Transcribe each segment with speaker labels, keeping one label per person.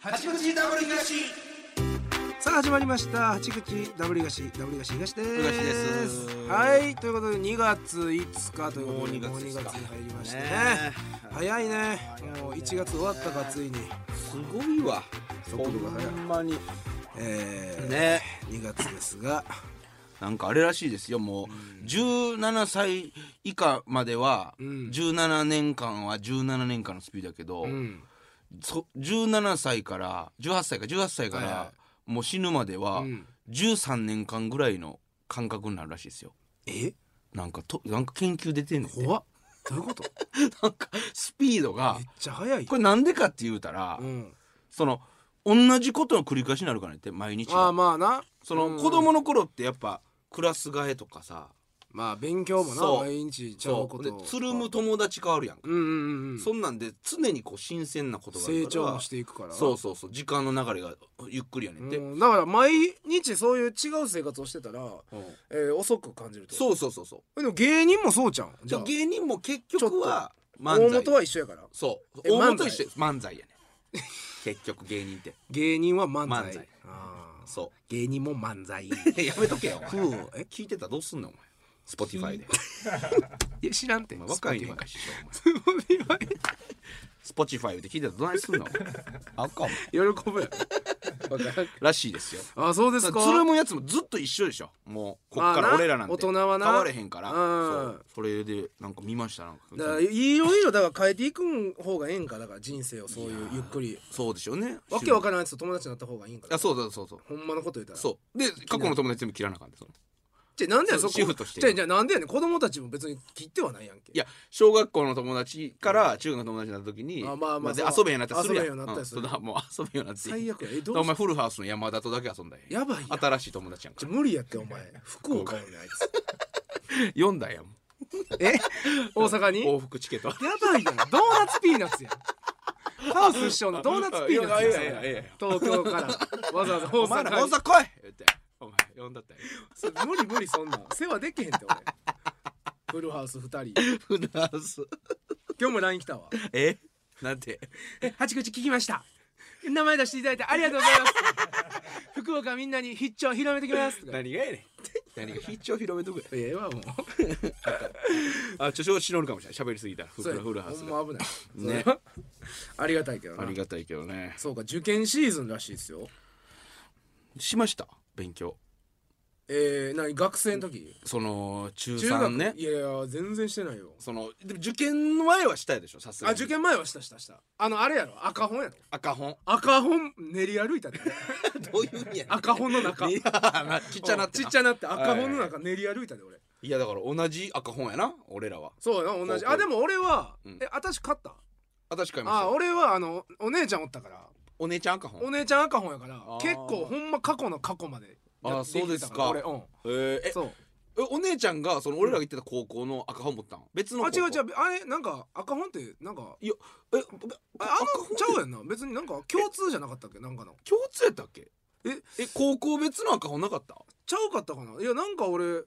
Speaker 1: 八口ダブル東
Speaker 2: さあ始まりました八口ダブリガシダブリガシ東です
Speaker 1: 東です
Speaker 2: はいということで2月5日ということで
Speaker 1: もう2月ですか
Speaker 2: もうに入りましてね
Speaker 1: ね
Speaker 2: 早いねもう1月終わったかついに、
Speaker 1: すごいわ
Speaker 2: 速度が速い
Speaker 1: ほんまに
Speaker 2: えー
Speaker 1: ね
Speaker 2: 2月ですが
Speaker 1: なんかあれらしいですよもう17歳以下までは
Speaker 2: ん
Speaker 1: 17年間は17年間のスピードやけど、
Speaker 2: うん
Speaker 1: そ17歳から18歳か18歳か
Speaker 2: はいは
Speaker 1: らもう死ぬまでは
Speaker 2: うん
Speaker 1: 13年間ぐらいの感覚になるらしいですよ
Speaker 2: え
Speaker 1: なんかとなんか研究出てんの
Speaker 2: 怖っどういうこと
Speaker 1: なんかスピードが
Speaker 2: めっちゃ早い
Speaker 1: これなんでかって言うたら、
Speaker 2: うん
Speaker 1: その同じことの繰り返しになるからねって毎日
Speaker 2: ああまあな
Speaker 1: その
Speaker 2: うん
Speaker 1: 子供の頃ってやっぱクラス替えとかさ
Speaker 2: まあ勉強もな
Speaker 1: そう
Speaker 2: 毎日ちゃう
Speaker 1: そ
Speaker 2: こ
Speaker 1: う
Speaker 2: と
Speaker 1: でつるむ友達変わるやんか、
Speaker 2: うんうんうんうん
Speaker 1: そんなんで常にこう新鮮なことがあるから
Speaker 2: 成長もしていくから
Speaker 1: そうそうそう時間の流れがゆっくりやねんって、
Speaker 2: うんだから毎日そういう違う生活をしてたら、
Speaker 1: うん
Speaker 2: えー遅く感じると
Speaker 1: そうそうそうそう
Speaker 2: でも芸人もそうじゃんじゃ
Speaker 1: う
Speaker 2: あ
Speaker 1: 芸人も結局は漫才
Speaker 2: 大元は一緒やから
Speaker 1: そう
Speaker 2: え
Speaker 1: 大元
Speaker 2: 漫才
Speaker 1: として漫才やねん結局芸人 って
Speaker 2: 芸人は漫才
Speaker 1: 漫才
Speaker 2: あー
Speaker 1: そ
Speaker 2: 芸人も漫才
Speaker 1: うやめとけよお
Speaker 2: ふ
Speaker 1: 前
Speaker 2: うえ
Speaker 1: 聞いてたらどうすんのお前 Spotify で
Speaker 2: いや知らんて
Speaker 1: お前若いねんか
Speaker 2: Spotify
Speaker 1: 師匠 スポティファイで聞いてたらどないすん のあかん
Speaker 2: 喜ぶやろ わからん
Speaker 1: らしいですよ
Speaker 2: あそうです
Speaker 1: つ
Speaker 2: か
Speaker 1: るむやつもずっと一緒でしょもうこっか
Speaker 2: まあ
Speaker 1: ら
Speaker 2: な
Speaker 1: 俺らなんて
Speaker 2: 大人はな
Speaker 1: 変われへんから
Speaker 2: う
Speaker 1: そ
Speaker 2: ん
Speaker 1: うそれでなんか見ましたなんか
Speaker 2: だからいろいろだから変えていくん方がええんかだから人生をそういうゆっくり
Speaker 1: そうでしょうね
Speaker 2: わけわからないやつと友達になった方がいいんか
Speaker 1: あそうそうそうそう
Speaker 2: ほんまのこと言うたら
Speaker 1: そうで過去の友達全部切らなあかんでその
Speaker 2: じゃなんでやねん
Speaker 1: そう
Speaker 2: そ
Speaker 1: シ
Speaker 2: こ
Speaker 1: フトして
Speaker 2: じゃあじゃあなんでやねん子供たちも別に切ってはないやんけ
Speaker 1: いや小学校の友達から中学の友達になった時に
Speaker 2: あまあまあ
Speaker 1: で
Speaker 2: そ
Speaker 1: 遊
Speaker 2: う
Speaker 1: べんようになったりするやん
Speaker 2: 遊べんようになったりする
Speaker 1: うんそうだもう遊べんようになって
Speaker 2: 最悪やえど
Speaker 1: だから
Speaker 2: う
Speaker 1: お
Speaker 2: し
Speaker 1: 前フルハウスの山田とだけ遊んだんや
Speaker 2: やばいやん
Speaker 1: 新しい友達やん
Speaker 2: ち
Speaker 1: か
Speaker 2: ょ無理やってお前福岡やねんあいつ
Speaker 1: 読んだんやん
Speaker 2: え大阪にや
Speaker 1: 往復チケット
Speaker 2: ばいやんドーナツピーナッツやんハウス師匠のドーナツピーナッツ
Speaker 1: いやいやいやいやい
Speaker 2: や
Speaker 1: や
Speaker 2: それ東京からわざわざ大
Speaker 1: お前ら大
Speaker 2: 阪に
Speaker 1: 阪来い言ってお前呼んだ ったよ
Speaker 2: それ無理無理そんなん世話できへんって俺フルハウス2人
Speaker 1: フルハウス
Speaker 2: 今日も LINE 来たわ
Speaker 1: えなんて
Speaker 2: え八口聞きました名前出していただいてありがとうございます福岡みんなに必聴広めてきますとか
Speaker 1: 何がやねん何が必聴広めとく
Speaker 2: ええわもう
Speaker 1: あちょ調子乗るかもしれない喋りすぎたらフ
Speaker 2: そう
Speaker 1: ル
Speaker 2: や
Speaker 1: フルハウス
Speaker 2: ほ
Speaker 1: が
Speaker 2: んま危ない
Speaker 1: ね
Speaker 2: ねありがたいけど
Speaker 1: あ
Speaker 2: な
Speaker 1: りがたいけどね
Speaker 2: そうか受験シーズンらしいですよ
Speaker 1: しました勉強
Speaker 2: えー、何学生の時
Speaker 1: その中
Speaker 2: 中学
Speaker 1: 3ね
Speaker 2: いやいや全然してないよ
Speaker 1: そのでも受験の前はしたいでしょさすが
Speaker 2: あ
Speaker 1: に
Speaker 2: 受験前はしたしたしたあのあれやろ赤本やろ
Speaker 1: 赤本
Speaker 2: 赤本練り歩いたで
Speaker 1: どういう意味やねん
Speaker 2: 赤本の中
Speaker 1: いやな ちっちゃなって
Speaker 2: ち
Speaker 1: な
Speaker 2: っちゃなって赤本の中練り歩いたで俺
Speaker 1: いやだから同じ赤本やな俺らは
Speaker 2: そうやな同じ
Speaker 1: 高校
Speaker 2: あでも俺は、
Speaker 1: うん
Speaker 2: え私勝った
Speaker 1: 私買いまし
Speaker 2: あ
Speaker 1: たよ
Speaker 2: 俺はあのお姉ちゃんおったから
Speaker 1: お姉ちゃん赤
Speaker 2: お
Speaker 1: 本
Speaker 2: 姉ちゃん赤本やから
Speaker 1: ー
Speaker 2: 結構ほんま過去の過去までや
Speaker 1: あー
Speaker 2: ってきてたら
Speaker 1: そう
Speaker 2: 俺
Speaker 1: ですか
Speaker 2: うん
Speaker 1: えーえ
Speaker 2: そう
Speaker 1: えお姉ちゃんがその俺らが行ってた高校の赤本持ったん別の
Speaker 2: あ
Speaker 1: 高校
Speaker 2: 違う違うあれなんか赤本ってなんか
Speaker 1: いやえあ
Speaker 2: ああ
Speaker 1: あ
Speaker 2: のちゃうやんな別になんか共通じゃなかったっけなんかの
Speaker 1: 共通やったっけ
Speaker 2: え
Speaker 1: え高校別の赤本なかった
Speaker 2: ちゃうかったかないやなんか俺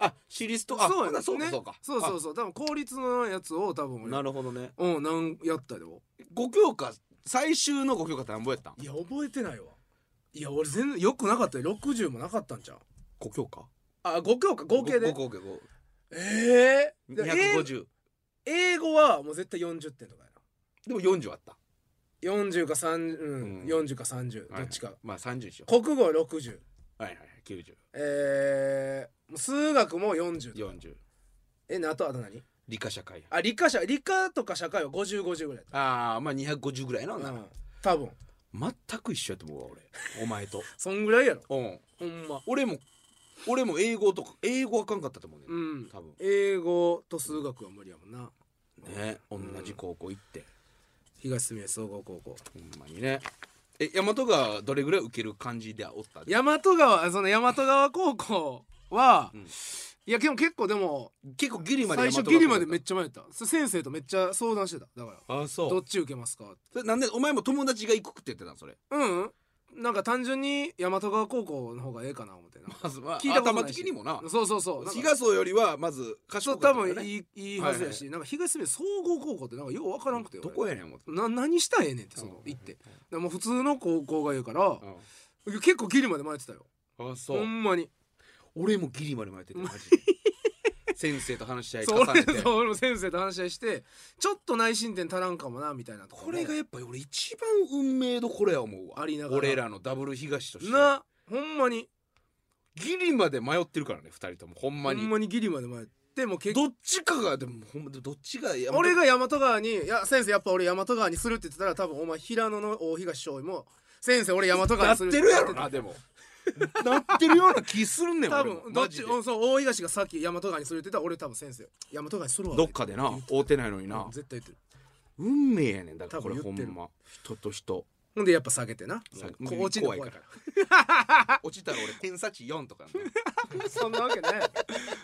Speaker 1: あ私立とあ
Speaker 2: そう
Speaker 1: ほ
Speaker 2: や
Speaker 1: なそうか
Speaker 2: ね
Speaker 1: そうか
Speaker 2: そうそうそう多分公立のやつを多分
Speaker 1: あ
Speaker 2: 俺
Speaker 1: るほどね
Speaker 2: うんなんやったよ
Speaker 1: 5教科最終の5教科って何ぼやったん
Speaker 2: いや覚えてないわいや俺全然よくなかったよ60もなかったんじゃん
Speaker 1: 5教科
Speaker 2: あ5教科合計で
Speaker 1: 5教科5
Speaker 2: ええー、えー
Speaker 1: 250
Speaker 2: 英語はもう絶対40点とかやな
Speaker 1: でも40あった
Speaker 2: 40か3うん、
Speaker 1: うん
Speaker 2: 40か30
Speaker 1: はい
Speaker 2: どっちか、
Speaker 1: まあ30でしょ
Speaker 2: 国語60
Speaker 1: はいはい9040
Speaker 2: えー、数学も40とかえあとあと何
Speaker 1: 理科社会や
Speaker 2: あ理科社理科とか社会は5050ぐらい
Speaker 1: ああまあ250ぐらいな
Speaker 2: だ
Speaker 1: ん
Speaker 2: っ
Speaker 1: だ
Speaker 2: た、うん、多分
Speaker 1: 全く一緒やと思うわ 俺お前と
Speaker 2: そんぐらいやろ
Speaker 1: うん
Speaker 2: ほんま
Speaker 1: 俺も俺も英語とか英語あかんかったと思うねん
Speaker 2: うん
Speaker 1: 多分
Speaker 2: 英語と数学は無理やもんな
Speaker 1: ね同じ高校行って
Speaker 2: 東住江総合高校
Speaker 1: ほんまにねえ大和がどれぐらい受ける感じでおった
Speaker 2: 大和川その大和川高校は、
Speaker 1: うん
Speaker 2: いやでも結構でも
Speaker 1: 結構ギリまで
Speaker 2: 最初ギリまでめっ
Speaker 1: ち
Speaker 2: ちゃ迷ったそ先生とめっちゃ相談してただから
Speaker 1: ゃあそう
Speaker 2: どっち受けますか
Speaker 1: それなんでお前も友達が行くって言ってたんそれ
Speaker 2: うんなんか単純に大和川高校の方がええかな思ってな
Speaker 1: まずは
Speaker 2: 聞いたこと
Speaker 1: 頭
Speaker 2: ないし
Speaker 1: 的にもな
Speaker 2: そうそうそうなんか
Speaker 1: 東尾よりはまず
Speaker 2: そ
Speaker 1: 賢
Speaker 2: う
Speaker 1: か
Speaker 2: 多
Speaker 1: ったよね
Speaker 2: 分いいいいはずやし、なんか東住総合高校ってなんかようわからんくて
Speaker 1: ど
Speaker 2: 俺
Speaker 1: こやねん思って
Speaker 2: な何したらええねんってその行って、だからもう普通の高校が言うから、結構ギリまで迷ってたよ
Speaker 1: うんあそ
Speaker 2: ほ
Speaker 1: うん
Speaker 2: まに
Speaker 1: 俺もギリまで迷っててマジで先生と話し合い
Speaker 2: そう
Speaker 1: 重
Speaker 2: 俺
Speaker 1: ねて
Speaker 2: そう俺も先生と話し合いしてちょっと内申点足らんかもなみたいなと
Speaker 1: これがやっぱり俺一番運命どころや思うわ
Speaker 2: ありながら
Speaker 1: 俺らのダブル東として
Speaker 2: なほんまに
Speaker 1: ギリまで迷ってるからね二人ともほん
Speaker 2: ほ
Speaker 1: まに
Speaker 2: んまにギリまで迷ってもう結
Speaker 1: どっちかがでもほんまどっちがいや
Speaker 2: 俺が大和川に「いや先生やっぱ俺大和川にする」って言ってたら多分お前平野の大東翔も「先生俺大和川
Speaker 1: な
Speaker 2: に
Speaker 1: っ
Speaker 2: す
Speaker 1: て
Speaker 2: る」
Speaker 1: るやろな でもなってるような気するねん
Speaker 2: 多
Speaker 1: 俺も
Speaker 2: 分どっ
Speaker 1: マジ
Speaker 2: ち
Speaker 1: で
Speaker 2: うんそう大東がさっき大和川にするって言ったら俺多分先生大和川にするわ
Speaker 1: どっかでな会うてないのに
Speaker 2: な
Speaker 1: な
Speaker 2: 絶対言ってる
Speaker 1: 運命やねんだからこれほ
Speaker 2: 多分言っ
Speaker 1: ん
Speaker 2: てる
Speaker 1: ま人と人
Speaker 2: ほんでやっぱ下げてな
Speaker 1: 下げ
Speaker 2: こう落ちるの怖いから
Speaker 1: 落ちたら 俺偏差値4とか ね
Speaker 2: そんなわけないやろ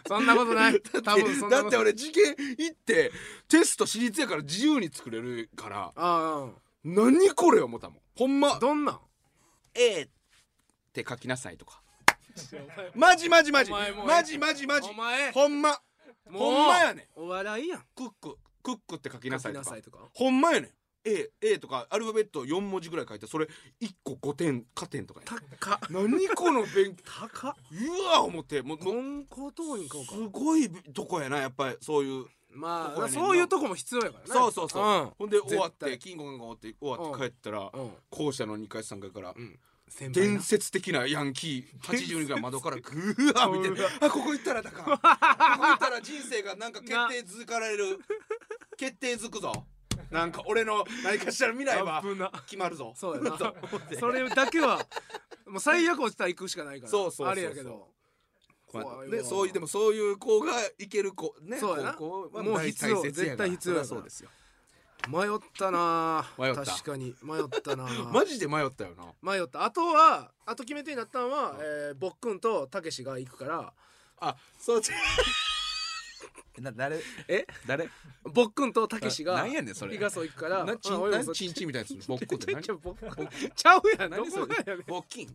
Speaker 2: そんなことない多分そんな
Speaker 1: だ
Speaker 2: こ
Speaker 1: っ
Speaker 2: と
Speaker 1: て俺受験行ってテスト私立やから自由に作れるから
Speaker 2: あ
Speaker 1: 何これ思ったもんほん
Speaker 2: あ
Speaker 1: ま
Speaker 2: どんなん
Speaker 1: 「ええ」って書きなさいとかマジマジマジ
Speaker 2: お前もう
Speaker 1: マジマジマジ
Speaker 2: お前
Speaker 1: ほんま
Speaker 2: もう
Speaker 1: ほんまやねん
Speaker 2: お笑いやん
Speaker 1: クッククックって書きな
Speaker 2: 書
Speaker 1: さい
Speaker 2: き
Speaker 1: と
Speaker 2: な
Speaker 1: か
Speaker 2: さいとか
Speaker 1: ほんまやねん A, A とかアルファベット4文字ぐらい書いてそれ1個5点加点とかやねん
Speaker 2: 高っ
Speaker 1: 何この勉強
Speaker 2: 高っ
Speaker 1: うわ思ってもうもう
Speaker 2: 金光党員買おうか
Speaker 1: すごいとこやなやっぱりそういう
Speaker 2: まあ
Speaker 1: ここやねんな
Speaker 2: そういうとこも必要やからね
Speaker 1: そうそうそう、
Speaker 2: ん
Speaker 1: ほんで終わっ
Speaker 2: 絶
Speaker 1: て
Speaker 2: 対
Speaker 1: 金庫が終わって終わって帰ったら、
Speaker 2: うん
Speaker 1: 校舎の2階3階から、
Speaker 2: うん先輩な
Speaker 1: 伝説的なヤンキー82ぐらい窓からぐわー 見て
Speaker 2: うわ
Speaker 1: あここ行ったらだかんここ行ったら人生がなんか決定づかられる決定づくぞなんか俺の何かしら未来は
Speaker 2: 危な
Speaker 1: 決まるぞ
Speaker 2: そう やなそれだけはもう最悪落ちたら行くしかないから
Speaker 1: そうそうそうそう
Speaker 2: あれやけど怖いわ
Speaker 1: でそういうでもそういう子がいける子ね
Speaker 2: そうやな
Speaker 1: 高校は
Speaker 2: もう
Speaker 1: 大
Speaker 2: 必要
Speaker 1: 大切やから
Speaker 2: 絶対必要やから
Speaker 1: そりゃそうですよ
Speaker 2: 迷ったな
Speaker 1: 迷った
Speaker 2: 確かに迷ったな
Speaker 1: マジで迷ったよな
Speaker 2: 迷ったあとはあと決め手になったんは、えー、ぼっくんとたけしが行くから
Speaker 1: あそうち な誰
Speaker 2: え
Speaker 1: 誰
Speaker 2: ぼっくんとたけし
Speaker 1: な
Speaker 2: が
Speaker 1: なんやねんそれ
Speaker 2: ピガソ行くから
Speaker 1: なち
Speaker 2: うん
Speaker 1: んな
Speaker 2: 俺も
Speaker 1: ん
Speaker 2: そっ
Speaker 1: ち
Speaker 2: ち
Speaker 1: んちんみたいなやつぼっこって何
Speaker 2: ちゃぼっちゃう やんど
Speaker 1: 何
Speaker 2: こ
Speaker 1: それ
Speaker 2: がやねん
Speaker 1: ぼっきん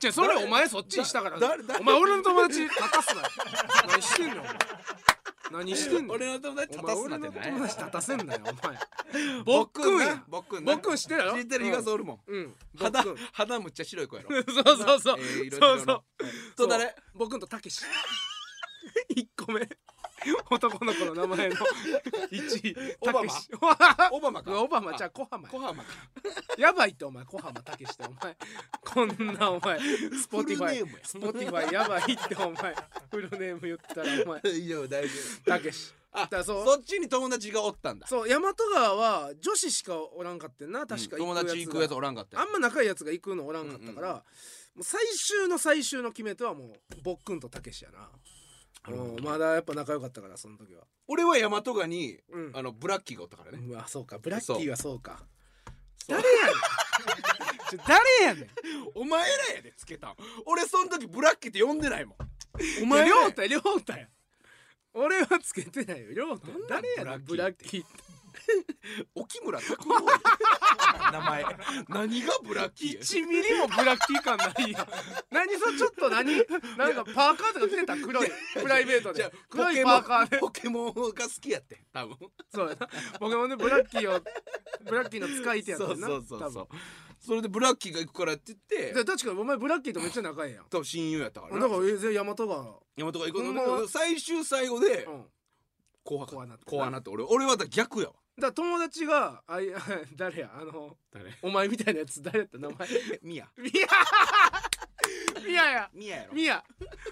Speaker 2: じゃあそれお前そっちにしたから
Speaker 1: 誰誰
Speaker 2: お前俺の友達立たすなよ何してんの何してんの
Speaker 1: 俺の友達立たすなって
Speaker 2: お前俺の友
Speaker 1: ね
Speaker 2: 達立たせんなよお前
Speaker 1: ぼ
Speaker 2: ぼ
Speaker 1: っ
Speaker 2: っ
Speaker 1: く
Speaker 2: く
Speaker 1: ん
Speaker 2: ん
Speaker 1: や
Speaker 2: や
Speaker 1: ぼっくん
Speaker 2: ぼっくん知ってるやろ
Speaker 1: 知ってる東おるもん
Speaker 2: うんぼっ
Speaker 1: 肌
Speaker 2: くん
Speaker 1: 肌むっちゃ白い子やろ
Speaker 2: そうそうそう、
Speaker 1: えー色
Speaker 2: そ
Speaker 1: 々
Speaker 2: う
Speaker 1: の
Speaker 2: そう
Speaker 1: と誰
Speaker 2: ぼっくんとたけし 一個目男の子の名前 の一位
Speaker 1: オバマ
Speaker 2: マ
Speaker 1: オバマか
Speaker 2: オバマじゃあ小浜や
Speaker 1: 小浜か
Speaker 2: やばいってお前小浜たけしってお前こんなお前スポティフ
Speaker 1: フルネ
Speaker 2: ァ
Speaker 1: ーム
Speaker 2: イ
Speaker 1: や
Speaker 2: スポティファイやばいってお前フルネーム言ったらお 前
Speaker 1: いや大丈
Speaker 2: たけし
Speaker 1: 夫あ
Speaker 2: だそう
Speaker 1: そっちに友達がおったんだ
Speaker 2: そう大和川は女子しかおらんかってんな確か
Speaker 1: 友達行くやつ
Speaker 2: が
Speaker 1: おらんかった
Speaker 2: あんま仲いいやつが行くのおらんかったから、
Speaker 1: うん
Speaker 2: もう最終の最終の決め手はもうぼっくんとたけしやなうんまだやっぱ仲良かったからその時は
Speaker 1: 俺は大和川に
Speaker 2: うん
Speaker 1: あのブラッキーがおったからね
Speaker 2: うわそうかブラッキーはそうか
Speaker 1: そう
Speaker 2: 誰やねんちょ誰やねん
Speaker 1: お前らやでつけたん俺その時ブラッキーって呼んでないもんお
Speaker 2: お前
Speaker 1: 前
Speaker 2: 亮
Speaker 1: ら
Speaker 2: 太亮太や俺はつけてないよ亮太
Speaker 1: なんなん
Speaker 2: 誰やねん
Speaker 1: ブ
Speaker 2: ブ
Speaker 1: ラ
Speaker 2: ラ
Speaker 1: ッ
Speaker 2: ッ
Speaker 1: キ
Speaker 2: キーって
Speaker 1: 沖村拓郎や 名前何がブラッキーや
Speaker 2: 1ミリもブラッキー感ないやん 何さちょっと何なんかパーカーとか着てた黒いプライベート
Speaker 1: じゃあ
Speaker 2: で
Speaker 1: ポ
Speaker 2: 黒
Speaker 1: ケモ
Speaker 2: いパ
Speaker 1: ン
Speaker 2: ーカーで
Speaker 1: ポケモンが好きやってん多分
Speaker 2: そうやなポケモンでブラッキーをブラッキーの使い手やった
Speaker 1: そ
Speaker 2: よ
Speaker 1: う
Speaker 2: な
Speaker 1: そうそうそ
Speaker 2: 多
Speaker 1: うそれでブラッキーが行くからって言って
Speaker 2: 分で確かにお前ブラッキーとめっちゃ仲いいやん
Speaker 1: 多分親友やったから
Speaker 2: だからえぜ大和川
Speaker 1: 山本が行く
Speaker 2: ほんま
Speaker 1: ので
Speaker 2: は
Speaker 1: 最終最後で
Speaker 2: うん
Speaker 1: 後半
Speaker 2: コアなって
Speaker 1: 後半なって俺俺はだ逆やわ
Speaker 2: だから友達があい 誰やあの
Speaker 1: 誰
Speaker 2: お前みた いなやつ誰やった名前
Speaker 1: ミヤ
Speaker 2: ミヤミヤや
Speaker 1: ミヤやろ
Speaker 2: ミヤ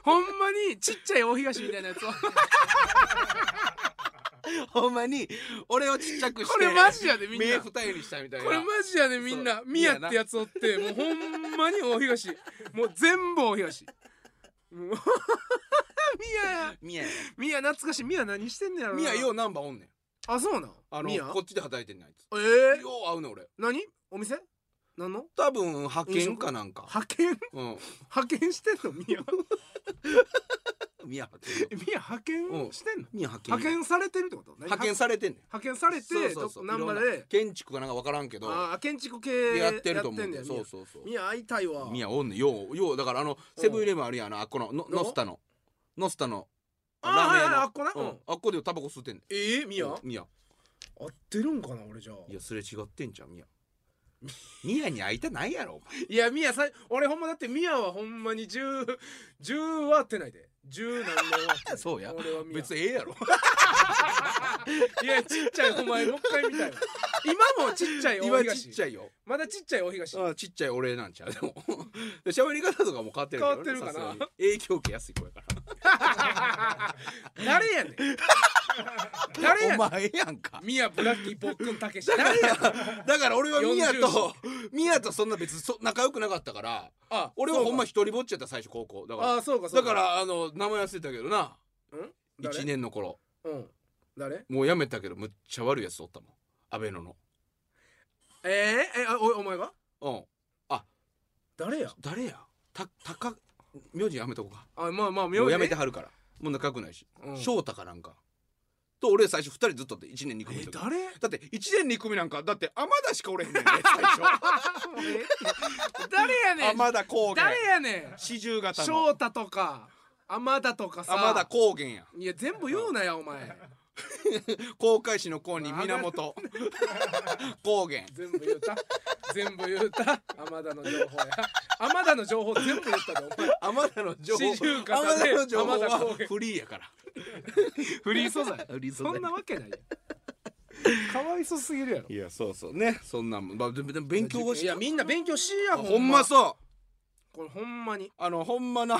Speaker 2: ほんまにちっちゃい大東みたいなやつを
Speaker 1: ほんまに俺をちっちゃくして
Speaker 2: これマジやでみん
Speaker 1: 目
Speaker 2: な
Speaker 1: 二重にしたみたいな
Speaker 2: これマジやねみんな
Speaker 1: そう
Speaker 2: ミヤってやつおってもうほんまに大東もう全部大東もう ミヤや
Speaker 1: ミヤや
Speaker 2: ミヤ懐かしいミヤ何してんねやろ
Speaker 1: ろ
Speaker 2: な
Speaker 1: ミヤようナンバーおんねん
Speaker 2: あそうなん
Speaker 1: あ
Speaker 2: ミヤ
Speaker 1: のこっちで働いてんねんあい
Speaker 2: え
Speaker 1: つ
Speaker 2: ー、
Speaker 1: よう会うねん俺
Speaker 2: 何お店何の
Speaker 1: 多分派遣かなんか
Speaker 2: 派遣
Speaker 1: うん
Speaker 2: 派遣してんのミヤ
Speaker 3: 宮派遣
Speaker 2: え宮派遣してんの
Speaker 3: 宮派遣
Speaker 2: 派遣されてるってこと
Speaker 1: 派遣
Speaker 2: 派
Speaker 1: されてんねん
Speaker 2: 遣され
Speaker 1: そう
Speaker 2: て
Speaker 1: そうそう
Speaker 2: ナンバ
Speaker 1: いろん
Speaker 2: で
Speaker 1: な建築かなんか分からんけど
Speaker 2: あー建築系
Speaker 1: やってると思
Speaker 2: や
Speaker 1: う
Speaker 2: っ
Speaker 1: ん
Speaker 2: て
Speaker 1: だ
Speaker 2: ん
Speaker 1: よ
Speaker 2: ねや
Speaker 1: そうそうそう
Speaker 2: 宮会いたいわ
Speaker 1: 宮おんねんようようだからあのセブンイレブンあるやんあのあっこのの
Speaker 2: どこ
Speaker 1: ノスタのノスタの
Speaker 2: あーはいはいあっ
Speaker 1: ラ
Speaker 2: こな
Speaker 1: ーメン屋の
Speaker 2: うん
Speaker 1: うんあっこでタバコ吸ってんねん
Speaker 2: ええ宮合
Speaker 1: うん宮
Speaker 2: ってるんかな俺じゃあ
Speaker 1: いやすれ違ってんじゃん宮宮に会いたないやろお前
Speaker 2: いや宮さ俺ほんまだって宮はほんまに10 10は会ってないで10何年は会ってない
Speaker 1: そうや
Speaker 2: 俺は宮
Speaker 1: 別にええやろ
Speaker 2: いやちっちゃいお前もう一回見たいわ今もちっちゃい大
Speaker 1: 今ち
Speaker 2: 東
Speaker 1: っちゃ
Speaker 2: い
Speaker 1: いよ
Speaker 2: まだちっちゃい大東
Speaker 1: あちっちゃい俺なんちゃうでもで喋り方とかも変わってるけどね
Speaker 2: 変わってるかな
Speaker 1: さすがに影響受けやすい子やから
Speaker 2: 誰やねん誰やねん
Speaker 1: お前やんか
Speaker 2: ミヤブラッキーボックンたけし誰やねん
Speaker 1: だから俺はミヤ
Speaker 2: 40
Speaker 1: とミヤとそんな別にそ仲良くなかったから
Speaker 2: あ
Speaker 1: 俺はほんま
Speaker 2: そう
Speaker 1: 一人ぼっちやった最初高校だ
Speaker 2: かあ
Speaker 1: か
Speaker 2: そうからそう
Speaker 1: だからあの名前忘れたけどなん
Speaker 2: 誰
Speaker 1: 1年の頃
Speaker 2: うん誰
Speaker 1: もうやめたけどむっちゃ悪いやつおったもんアベノの
Speaker 2: えー、えあおお前が
Speaker 1: うん
Speaker 2: 誰や
Speaker 1: 誰やた高名字やめとこうか
Speaker 2: あまあまあ名
Speaker 1: も
Speaker 2: 字
Speaker 1: う
Speaker 2: ね
Speaker 1: やめてはるからもう仲良くないし、
Speaker 2: うん
Speaker 1: 翔太かなんかと俺最初2人ずっとって1年2
Speaker 2: え
Speaker 1: 組の時
Speaker 2: 誰
Speaker 1: だって1年2組なんかだって天田しかおれへん ねんね最初
Speaker 2: 誰やねん
Speaker 1: 天田高原
Speaker 2: 誰やねん
Speaker 1: 四十型の
Speaker 2: 翔太とか天田とかさ
Speaker 1: 天田高原や
Speaker 2: いや全部言うなやお前
Speaker 1: 航海士の甲に源高 原
Speaker 2: 全部言うた全部言うた天田の情報や天田の情報全部言ったでお前
Speaker 1: 天田の情報
Speaker 2: 四十肩で
Speaker 1: 天田の情報
Speaker 2: 天田高
Speaker 1: は
Speaker 2: 原
Speaker 1: フリーやから
Speaker 2: フリー素材
Speaker 1: フリー素
Speaker 2: そ
Speaker 1: 材
Speaker 2: んなわけないやんかわいそすぎるやろ
Speaker 1: いやそうそうねそんなんも、まあ、でもでも勉強をし
Speaker 2: いやみんな勉強しいや
Speaker 1: あほんま
Speaker 2: う
Speaker 1: そう
Speaker 2: これほんまに
Speaker 1: あのほんまな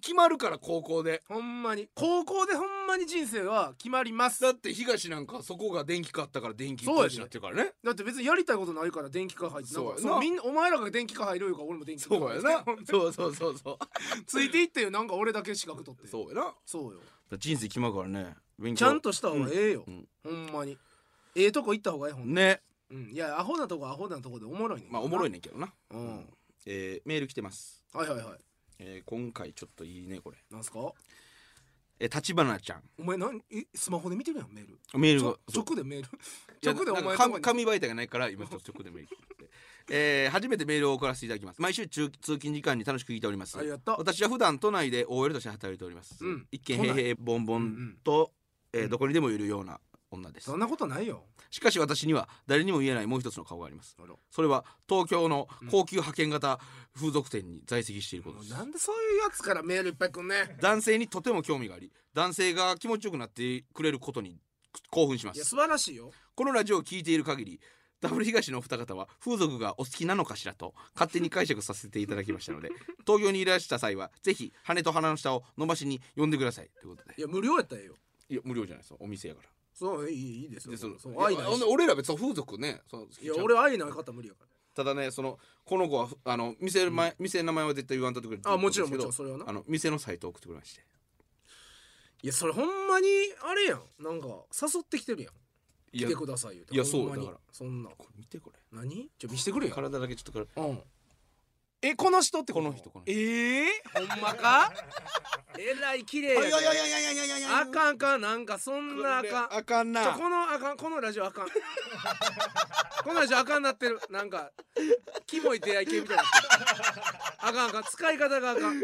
Speaker 1: 決まるから高校で
Speaker 2: ほんまに高校でほんまに人生は決まります
Speaker 1: だって東なんかそこが電気買ったから電気
Speaker 2: そうや
Speaker 1: 工
Speaker 2: で
Speaker 1: 事になってるからね
Speaker 2: だって別にやりたいことないから電気科入ってなんか
Speaker 1: そうやな
Speaker 2: みんなお前らが電気科入ろうか俺も電気科
Speaker 1: そう
Speaker 2: 入
Speaker 1: や
Speaker 2: る
Speaker 1: なそうそうそうそう
Speaker 2: ついていってよなんか俺だけ資格取って
Speaker 1: そうやな
Speaker 2: そうよ
Speaker 3: 人生決まるからね勉強
Speaker 2: ちゃんとした方がええよ、
Speaker 3: うん
Speaker 2: ほんまにええとこ行った方がええほんま、
Speaker 3: ね
Speaker 2: うん、いやアホなとこはアホなとこでおもろいねんけど
Speaker 1: まあ
Speaker 2: な
Speaker 1: おもろいねんけどな、
Speaker 2: うん
Speaker 1: えーメール来てます、
Speaker 2: はいはいはい
Speaker 1: えー今回ちょっといいねこれ
Speaker 2: なんすか
Speaker 1: えー立花ちゃん
Speaker 2: お前なんえスマホで見てるやんメール
Speaker 1: メール
Speaker 2: ち
Speaker 1: が
Speaker 2: ょ直でメー
Speaker 1: い
Speaker 2: ル
Speaker 1: や
Speaker 2: 直でお
Speaker 1: な
Speaker 2: 前
Speaker 1: ん
Speaker 2: と
Speaker 1: か
Speaker 2: こに
Speaker 1: 紙紙媒体がないから今ちょっと直でメール来てえー初めてメールを送らせていただきます毎週中通勤時間に楽しく聞いております
Speaker 2: ありがとう
Speaker 1: 私は普段都内で OL として働いております、
Speaker 2: うん
Speaker 1: 一見平平ボンボンと、えーどこにでもいるような女です
Speaker 2: そんなことないよ
Speaker 1: しかし私には誰にも言えないもう一つの顔があります
Speaker 2: あらも
Speaker 1: それは東京の高級派遣型風俗店に在籍していることで
Speaker 2: う
Speaker 1: す、
Speaker 2: なんでそういうやつからメールいっぱい来んね
Speaker 1: 男性にとても興味があり男性が気持ちよくなってくれることに興奮しま
Speaker 2: いや
Speaker 1: す
Speaker 2: 素晴らしいよ
Speaker 1: このラジオを聞いている限りダブル東のお二方は風俗がお好きなのかしらと勝手に解釈させていただきま したので東京にいらした際はぜひ羽と鼻の下を伸ばしに呼んでくださいということで
Speaker 2: いや無料やったらええよ
Speaker 1: いや無料じゃないですよお店やから
Speaker 2: そういいいいですよ
Speaker 1: でその
Speaker 2: そう
Speaker 1: いや
Speaker 2: 愛ない
Speaker 1: ほん
Speaker 2: し
Speaker 1: で俺ら別に風俗ねその
Speaker 2: いや俺愛ない方無理やか
Speaker 1: ただねそのこの子はあの店の前、店の名前は絶対言わんとってくれって
Speaker 2: らあもちろん
Speaker 1: こ
Speaker 2: もち
Speaker 1: と
Speaker 2: ろ
Speaker 1: で
Speaker 2: ん
Speaker 1: す
Speaker 2: それは
Speaker 1: け
Speaker 2: な
Speaker 1: どあの店のサイト送ってくれまして
Speaker 2: いやそれほんまにあれやんなんか誘ってきてるやん
Speaker 1: い
Speaker 2: 来
Speaker 1: や
Speaker 2: てくださいよ
Speaker 1: いやそう
Speaker 2: ほんまに
Speaker 1: だから
Speaker 2: そんな
Speaker 1: これ見てこれ
Speaker 2: 何ちょ見してくれよ
Speaker 1: 体だけちょっとから
Speaker 2: うんえこの人って
Speaker 1: この人この人
Speaker 2: ええほん まかえらい綺麗やけど
Speaker 1: いやいやいやいやい
Speaker 2: あかんあかんなんかそんなあかん
Speaker 1: あかん
Speaker 2: ちょ
Speaker 1: な
Speaker 2: このあかんこのラジオあかん このラジオあかんなってるなんかキモい出会い系みたいになってるあかんあかん使い方があかん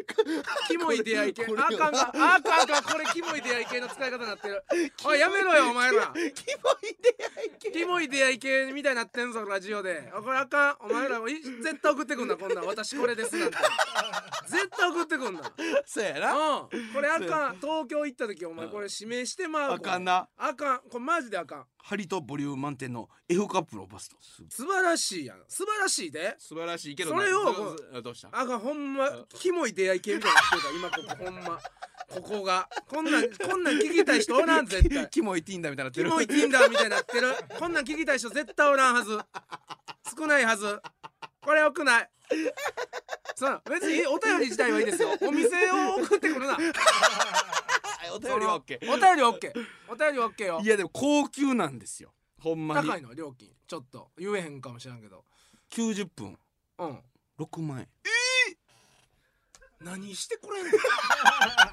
Speaker 2: キモい出会い系あ
Speaker 1: これ
Speaker 2: かんあかんあかんあかんこれキモい出会い系の使い方になって るおいやめろよお前ら
Speaker 1: キモい出会い
Speaker 2: キモい出会い系みたいになってんぞラジオであこれあかんお前らい絶対送ってくんなこんなん私これですなんて絶対送ってくんな
Speaker 1: そうやな
Speaker 2: うんこれあかん東京行った時お前これ指名してまう
Speaker 1: あかんな
Speaker 2: あかんこれマジであかん
Speaker 1: ハリとボリューム満点の F カップのバスト
Speaker 2: 素晴らしいやん素晴らしいで
Speaker 1: 素晴らしいけ
Speaker 2: どなそれを
Speaker 1: どうした
Speaker 2: あがほんまキモい出会い系みたいになってるから今ここほんまここがこんなんこんなん聞きたい人おらん絶対
Speaker 1: キモいティンダみたいになって
Speaker 2: キ
Speaker 1: る
Speaker 2: モい Tinder みたいになってるこんなん聞きたい人絶対おらんはず少ないはずこれよくないさあ別にお便り自体はいいですよお店を送ってくるな
Speaker 1: あお
Speaker 2: お
Speaker 1: 便りは OK
Speaker 2: お便りは OK お便りは OK よ
Speaker 1: いやでも高級なんですよほんまに
Speaker 2: 高いの料金ちょっと言えへんかもしれんけど
Speaker 1: 90分
Speaker 2: うん
Speaker 1: 6万円
Speaker 2: 何してくれんの信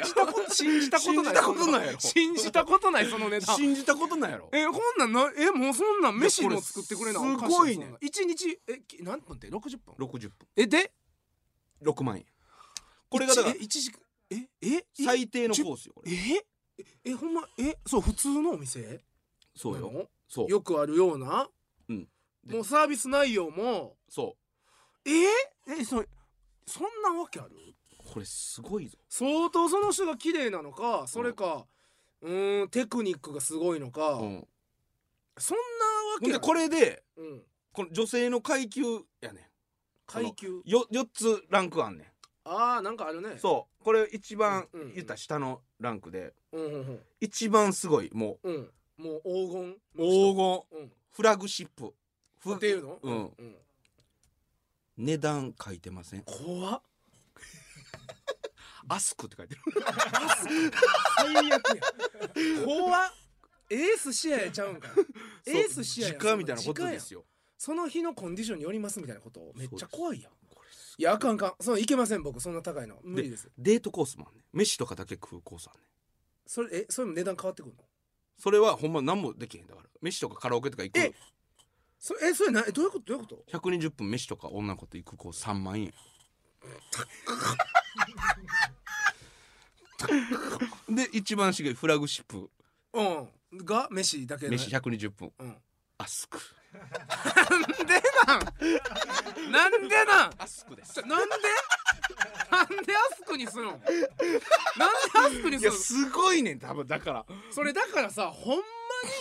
Speaker 2: じたこと信じたことない
Speaker 3: 信じたことないやろ
Speaker 2: 信じたことないその値段
Speaker 3: 信じたことないやろ
Speaker 2: えこんなんなえもうそんなん飯も作ってくれな
Speaker 3: これ
Speaker 2: おかし
Speaker 3: すごいね
Speaker 2: そんなん一日えき何分って60分
Speaker 1: 60分
Speaker 2: えで
Speaker 1: 6万円これがだから
Speaker 2: 一え一時間ええい
Speaker 1: 最低のコースよこれ
Speaker 2: えええほんまえそう普通のお店
Speaker 1: そうよ
Speaker 2: なの
Speaker 1: そう
Speaker 2: よくあるような
Speaker 1: うん
Speaker 2: もうサービス内容も
Speaker 1: そ
Speaker 2: ええそそんなわけある
Speaker 1: うこれすごいぞ
Speaker 2: 相当その人が綺麗なのかそれかうーんテクニックがすごいのか、
Speaker 1: うん
Speaker 2: そん
Speaker 1: ほん
Speaker 2: なわけ
Speaker 1: でこ
Speaker 2: れ、
Speaker 1: れで
Speaker 2: うん、
Speaker 1: この女性の階級やね
Speaker 2: 階級
Speaker 1: んよ4つランクあんね
Speaker 2: ああなんかあるね
Speaker 1: んそうこれ一番
Speaker 2: うんうんうん
Speaker 1: 言ったら下のランクで
Speaker 2: う、うんうん
Speaker 1: 一番すごいも
Speaker 2: うんうん、もう黄金
Speaker 1: う黄金
Speaker 2: 金、
Speaker 1: フラグシップ
Speaker 2: う
Speaker 1: ふ
Speaker 2: ん、っていうの、
Speaker 1: うん
Speaker 2: うん、
Speaker 1: 値段書いてません
Speaker 2: 怖っ
Speaker 1: アスクって書いてる
Speaker 2: 最悪や 怖っエース試合ちゃうんかエース試合や
Speaker 1: 時間みたいなことで
Speaker 2: よ
Speaker 1: すよ
Speaker 2: その日のコンディションによりますみたいなことめっちゃ怖いやん
Speaker 1: これす
Speaker 2: いやあかんあかんそのいけません僕そんな高いの無理です
Speaker 1: デートコースもあんねん飯とかだけ食うコースあんねん
Speaker 2: それえそれも値段変わってくるの
Speaker 1: それはほんま何もできへんだから飯とかカラオケとか行
Speaker 2: え
Speaker 1: く
Speaker 2: それえそれなえどういうことどういうこと
Speaker 1: 120分飯とか女の子と行く子3万円で一番しげフラグシップ
Speaker 2: うんが飯だけ
Speaker 1: 飯120分
Speaker 2: うん
Speaker 1: アスク
Speaker 2: なんでなんなんでなん
Speaker 1: アスクです
Speaker 2: なんでなんでアスクにするのなんでアスクに
Speaker 1: い
Speaker 2: する
Speaker 1: や
Speaker 2: の
Speaker 1: すごいねん多分だから
Speaker 2: それだからさほんま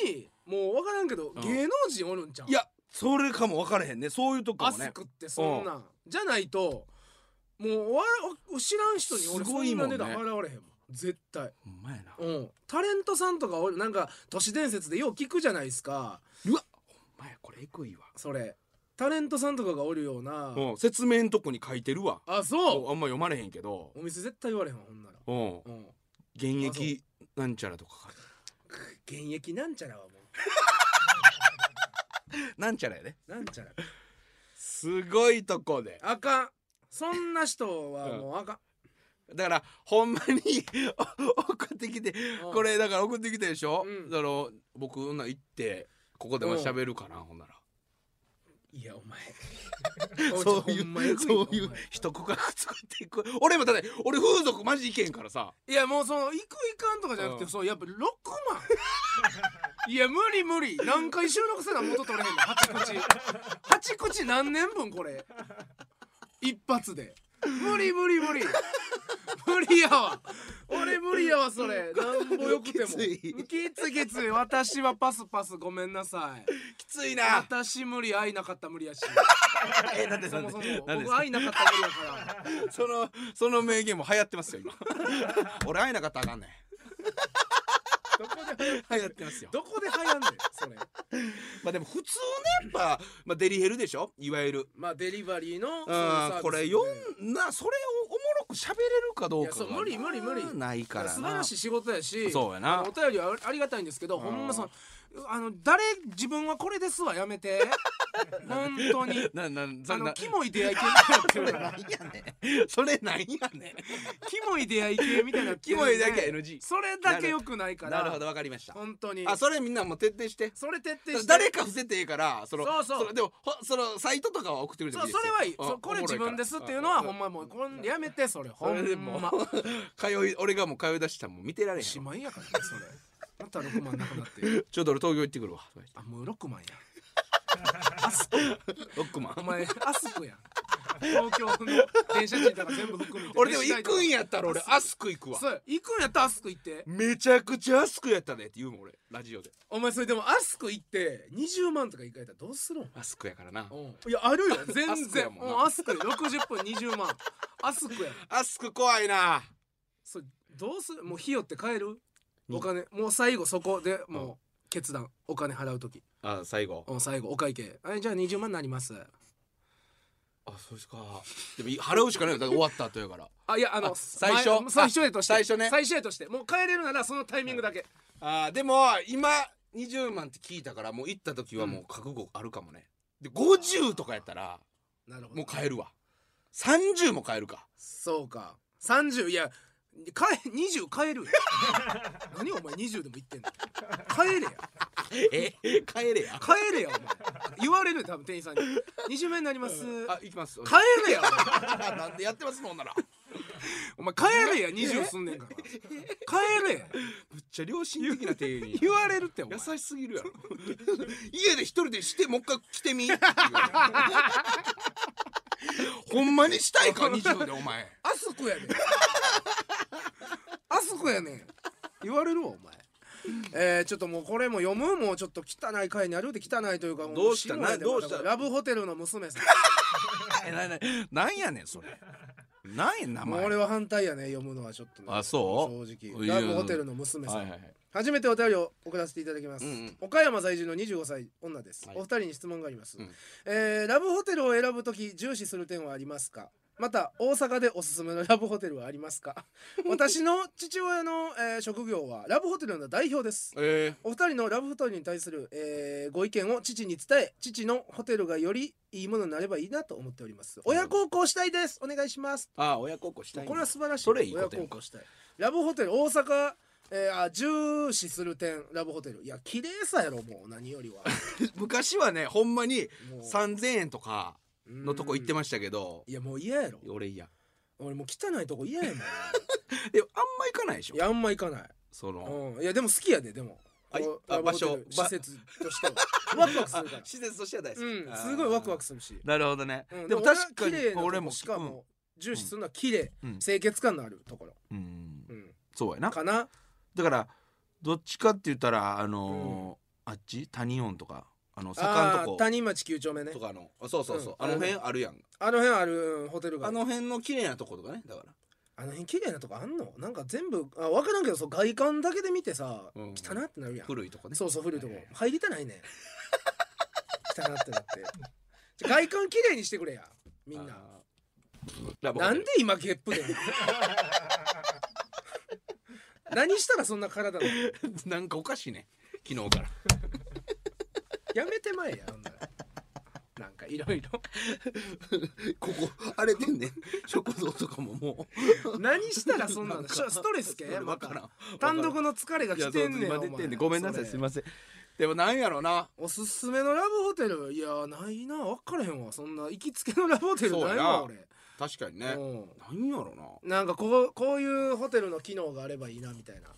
Speaker 2: にもう分からんけど
Speaker 1: ん
Speaker 2: 芸能人おるんちゃう
Speaker 1: いやそれかも分からへんねそういうとこ
Speaker 2: ア
Speaker 1: も
Speaker 2: ス
Speaker 1: ね
Speaker 2: クってそんなんじゃないともうわら知らん人に
Speaker 1: す
Speaker 2: 俺そ
Speaker 1: ごい
Speaker 2: ん
Speaker 1: も
Speaker 2: なん
Speaker 1: ね
Speaker 2: 値段払われへんもん絶対
Speaker 1: ほんまやな
Speaker 2: うんタレントさんとかおるなんか都市伝説でよう聞くじゃないですか
Speaker 1: うわほんまやこれエグいわ
Speaker 2: それタレントさんとかがおるような
Speaker 1: うん説明んとこに書いてるわ
Speaker 2: あ
Speaker 1: そう
Speaker 2: そ
Speaker 1: あんま読まれへんけど
Speaker 2: うお店絶対言われへんわほんなら
Speaker 1: うん
Speaker 2: うん
Speaker 1: 現役なんちゃらとか書いて
Speaker 2: 現役なんちゃらはも
Speaker 1: なんちゃらやね
Speaker 2: うなんちゃら
Speaker 1: すごいとこで
Speaker 2: あかんそんな人はもうあかん
Speaker 1: だからほんまに 送ってきて
Speaker 2: うん
Speaker 1: これだから送ってきてでしょ、
Speaker 2: うん
Speaker 1: だから僕ほんなら行ってここでまあ喋るかな、ほんなら
Speaker 2: いやお前
Speaker 1: そうい
Speaker 2: ほんまエグ
Speaker 1: う
Speaker 2: な
Speaker 1: そうい
Speaker 2: お
Speaker 1: う
Speaker 2: 前
Speaker 1: 一区画作っていく俺もだって俺風俗マジいけへんからさ
Speaker 2: いやもうその行く行かんとかじゃなくて、
Speaker 1: うん
Speaker 2: そうやっぱ6万 いや無理無理何回収録せな元取れへんの八口八口何年分これ一発で無理無理無理無理やわ俺無理やわ それなんぼよくても
Speaker 1: きつい
Speaker 2: きついきつい私はパスパスごめんなさい
Speaker 1: きつい
Speaker 2: 私無理愛なかった無理やし
Speaker 1: えなんで
Speaker 2: そ
Speaker 1: なん
Speaker 2: も
Speaker 1: で
Speaker 2: そも
Speaker 1: なんで
Speaker 2: 僕愛なかった無理やから
Speaker 1: そのその名言も流行ってますよ今 俺会えなかったらあかん ね
Speaker 2: どこで
Speaker 1: ん流行ってますよ
Speaker 2: どこで流行んねんそれ
Speaker 1: まあでも普通ねやっぱ、まあ、デリヘルでしょいわゆる
Speaker 2: まあデリバリーのそのサービ
Speaker 1: う
Speaker 2: ス
Speaker 1: んこれ読んなそれをおもろく喋れるかどうか
Speaker 2: いやそう無理無理無理
Speaker 1: まあないからな
Speaker 2: 素晴らしい仕事やし
Speaker 1: そうやな
Speaker 2: あのお便りはありありがたいんですけどほんまそのあの誰自分はこれですはやめて本当に
Speaker 1: ななそ
Speaker 2: あ
Speaker 1: れ
Speaker 2: の
Speaker 1: な
Speaker 2: キモい出会い系みたいになって
Speaker 1: そ
Speaker 2: る
Speaker 1: れ
Speaker 2: か
Speaker 1: なん
Speaker 2: ら
Speaker 1: やね んそれなんやね
Speaker 2: キモい出会い系みたいになってるんで
Speaker 1: キモいだけは NG
Speaker 2: それだけよくないか
Speaker 1: ん
Speaker 2: ら
Speaker 1: なるほどわかりました
Speaker 2: 本当に
Speaker 1: あそれみんなもう徹底して
Speaker 2: それ徹底して
Speaker 1: 誰か伏せていいからその
Speaker 2: そうそう
Speaker 1: のでもほそのサイトとかは送ってくれて
Speaker 2: そ
Speaker 1: もいういで
Speaker 2: そ
Speaker 1: すよ
Speaker 2: れはいい
Speaker 1: うん
Speaker 2: そうこれ
Speaker 1: おもろ
Speaker 2: 自
Speaker 1: いから
Speaker 2: 分ですっていうのは
Speaker 1: うん
Speaker 2: ほんまもうこんやめてそれほ
Speaker 1: そ
Speaker 2: ん
Speaker 1: れでもう
Speaker 2: ま
Speaker 1: 通い俺がもう通い出したらもう見てられへん
Speaker 2: お
Speaker 1: わ
Speaker 2: しまいやからねそれまた6万なくなって
Speaker 1: ちょっと俺東京行ってくるわ
Speaker 2: あもう6万や
Speaker 1: ロックマン
Speaker 2: お前アスクやん東京の電車賃とか全部含めて
Speaker 1: 俺でも行くんやったら俺アスク行くわ
Speaker 2: そう行くんやったらアスク行って
Speaker 1: めちゃくちゃアスクやったねって言うもん俺ラジオで
Speaker 2: お前それでもアスク行って20万とか行かれたらどうするん
Speaker 1: アスクやからな
Speaker 2: うんいやあ るよ
Speaker 1: ア
Speaker 2: 全
Speaker 1: スクや
Speaker 2: 然
Speaker 1: もんな
Speaker 2: もうアスクで60分20万アスクや
Speaker 1: アスク怖いな
Speaker 2: それどうするもう費用って変えるお金もう最後そこで
Speaker 1: う
Speaker 2: もう決断お金払う時
Speaker 1: あ最後
Speaker 2: うん最後お会計はいじゃあ20万になります
Speaker 1: あそうですかでも払うしかないよだって終わった後やから
Speaker 2: あいやあの
Speaker 1: あ最初
Speaker 2: 前最初へとして
Speaker 1: あ最初ね
Speaker 2: 最初へとしてもう帰れるならそのタイミングだけ
Speaker 1: あーでも今20万って聞いたからもう行った時はもう覚悟あるかもねで50とかやったら
Speaker 2: なるほど
Speaker 1: もう帰るわ30も買える か
Speaker 2: そうか30いやかえ20変えるよ 何お前20でも言ってんの変えれや
Speaker 1: え帰れや
Speaker 2: 変えれやお前言われるよ多分店員さんに20名になります
Speaker 1: あ行きます
Speaker 2: 変えれや
Speaker 1: なんでやってますもんなら
Speaker 2: お前変えれや20すんねんから変えれや
Speaker 1: むっちゃ良心的な店員や
Speaker 2: 言われるってお前
Speaker 1: 優しすぎるやろ 家で一人でしてもう一回来て みほんまにしたい か20でお前
Speaker 2: あそ こやねんあそこやねん言われるわお前えー、ちょっともうこれも読むもうちょっと汚い回にあるで汚いというかも
Speaker 1: どうした
Speaker 2: 死ぬまで
Speaker 1: などうした
Speaker 2: まラブホテルの娘さん
Speaker 1: なななんやねんそれなんや名
Speaker 2: もう
Speaker 1: 前
Speaker 2: 俺は反対やね読むのはちょっとね、
Speaker 1: あそう
Speaker 2: 正直
Speaker 1: いや
Speaker 2: ラブホテルの娘さん、
Speaker 1: はいはいはい
Speaker 2: 初めてお便りを送らせていただきます、
Speaker 1: うんうん
Speaker 2: 岡山在住の25歳女です、
Speaker 1: はい
Speaker 2: お二人に質問があります、
Speaker 1: うん
Speaker 2: えーラブホテルを選ぶとき重視する点はありますかまた大阪でおすすめのラブホテルはあります か私の父親の、えー職業はラブホテルの代表です
Speaker 1: えー
Speaker 2: お二人のラブホテルに対する、えーご意見を父に伝え父のホテルがよりいいものになればいいなと思っております親孝行したいですお願いします
Speaker 1: あ親孝行したいな
Speaker 2: これは素晴らしい
Speaker 1: それいいことや
Speaker 2: 親孝行したいラブホテル大阪えーあ重視する点ラブホテルいや綺麗さやろもう何よりは
Speaker 1: 昔はねほんまに
Speaker 2: もう
Speaker 1: 3000円とかのとこ行って
Speaker 2: ま
Speaker 1: ましたけど
Speaker 2: いやもう嫌やろ
Speaker 1: 俺いや
Speaker 2: 俺もう汚いとこ 嫌やもん
Speaker 1: でもあんま行かないでしょ
Speaker 2: いやあんま行かない、
Speaker 1: その
Speaker 2: うん、いやでも好きやででも
Speaker 1: あい
Speaker 2: こう
Speaker 1: あ
Speaker 2: ラブホテル
Speaker 1: 場所
Speaker 2: 施設 としてはワクワクするから
Speaker 1: 施設としては大好き
Speaker 2: うんすごいワクワクするし
Speaker 1: なるほどね
Speaker 2: うん
Speaker 1: でも確かに
Speaker 2: 俺は綺麗なとこ
Speaker 1: 俺も
Speaker 2: しか
Speaker 1: うん
Speaker 2: も重視するのは綺麗、
Speaker 1: うん
Speaker 2: 清潔感のあるところ、
Speaker 1: うん
Speaker 2: うん、
Speaker 1: そうやな
Speaker 2: かな
Speaker 1: だからどっちかって言ったらあのーあっち谷音とかあの
Speaker 2: あ
Speaker 1: 坂んと
Speaker 2: ー
Speaker 1: こ
Speaker 2: 谷町9丁目ね
Speaker 1: とかのあそうそうそう、
Speaker 2: うん
Speaker 1: あの辺あるやん、
Speaker 2: あの辺あるうんホテルが
Speaker 1: あの辺の綺麗なとことかねだから
Speaker 2: あの辺綺麗なとこあんのなんか全部あ分からんけどそう外観だけで見てさ、
Speaker 1: うん
Speaker 2: 汚なってなるやん、
Speaker 1: 古いとこね
Speaker 2: そうそう古いとこ
Speaker 1: はいはい
Speaker 2: 入りたないねん汚なってなってじゃ外観綺麗にしてくれやみんな
Speaker 1: あーラブホ
Speaker 2: な
Speaker 1: テ
Speaker 2: ん
Speaker 1: ル
Speaker 2: で今ゲップで何したらそんな体なの
Speaker 1: なんかおかしいね昨日から
Speaker 2: やめてまえやほんならなんかいろいろ
Speaker 1: ここ荒れてんねん食堂とかもも
Speaker 2: 何したらそんな
Speaker 1: なん
Speaker 2: の
Speaker 1: か
Speaker 2: しょストレス
Speaker 1: う
Speaker 2: けま
Speaker 1: わ
Speaker 2: た
Speaker 1: からん
Speaker 2: 単独の疲れが
Speaker 1: いや
Speaker 2: 来
Speaker 1: そう
Speaker 2: てんねん
Speaker 1: 今出てんねんごめんなさいすいませんでもなんやろな
Speaker 2: おすすめのラブホテルいやないな分からへんわそんな行きつけのラブホテルないわ
Speaker 1: そう
Speaker 2: 俺
Speaker 1: 確かにね
Speaker 2: うん
Speaker 1: なんやろな
Speaker 2: なんかこうこういうホテルの機能があればいいなみたいな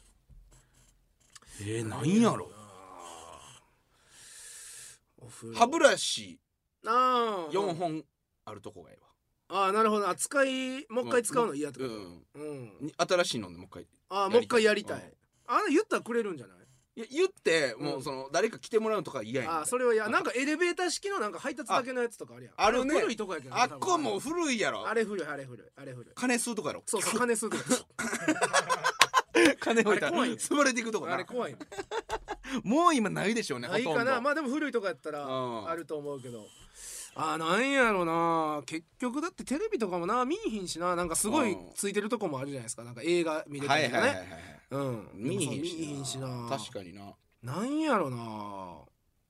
Speaker 1: えー、なんやろ
Speaker 2: お風呂
Speaker 1: 歯ブラシ
Speaker 2: あー
Speaker 1: 4本あるとこがええわ
Speaker 2: ああなるほどあ使いもう一回使うの嫌って
Speaker 1: う
Speaker 2: こ
Speaker 1: ん
Speaker 2: と、うん
Speaker 1: うんに新しいのでもう一回
Speaker 2: ああもう一回やりたい、
Speaker 1: うん
Speaker 2: あの言ったらくれるんじゃない
Speaker 1: いや言っても
Speaker 2: うん
Speaker 1: うその誰か来てもらうとか嫌や
Speaker 2: あ
Speaker 1: ん
Speaker 2: あそれはいやなんかエレベーター式のなんか配達だけのやつとかあるやん
Speaker 1: ああるね
Speaker 2: 古いとこやけどな
Speaker 1: あっこはもう
Speaker 2: 多分
Speaker 1: 古いやろ
Speaker 2: あれ古いあれ古いあれ古い
Speaker 1: 金吸うとかやろ
Speaker 2: そうそう金吸うとか
Speaker 1: 金置いた
Speaker 2: あ
Speaker 1: ら
Speaker 2: れ怖いね
Speaker 1: 潰れていくとこ
Speaker 2: あ
Speaker 1: な
Speaker 2: れ怖いね
Speaker 1: もう今ないでしょうね
Speaker 2: ない
Speaker 1: ほと
Speaker 2: か
Speaker 1: んど
Speaker 2: なまあでも古いとかやったら
Speaker 1: うん
Speaker 2: あると思うけどあーなんやろな結局だってテレビとかもな見えひんしななんかすごい
Speaker 1: うん
Speaker 2: ついてるとこもあるじゃないですかなんか映画見れた
Speaker 1: はい
Speaker 2: り
Speaker 1: はい
Speaker 2: と
Speaker 1: は
Speaker 2: か
Speaker 1: いは
Speaker 2: ね
Speaker 1: い
Speaker 2: うん
Speaker 1: 見えへんし
Speaker 2: でもそう見えへんしな
Speaker 1: 確かにな
Speaker 2: なんやろな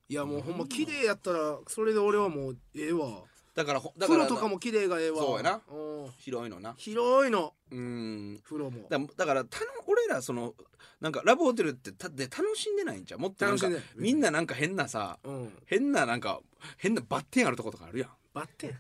Speaker 2: いやもうほんま綺麗やったらそれで俺はもうええわ
Speaker 1: だからほだか
Speaker 2: 風
Speaker 1: ら
Speaker 2: 呂とかも綺麗がええわ
Speaker 1: そうやなん広いのな
Speaker 2: 広いの
Speaker 1: うん
Speaker 2: 風呂も
Speaker 1: だだからたの俺らそのなんかラブホテルってたで楽しんでないんじゃうもっとなんか
Speaker 2: 楽しんでない
Speaker 1: みんななんか変なさ
Speaker 2: うん
Speaker 1: 変ななんか変なバッテンあるとことかあるやん
Speaker 2: バッテン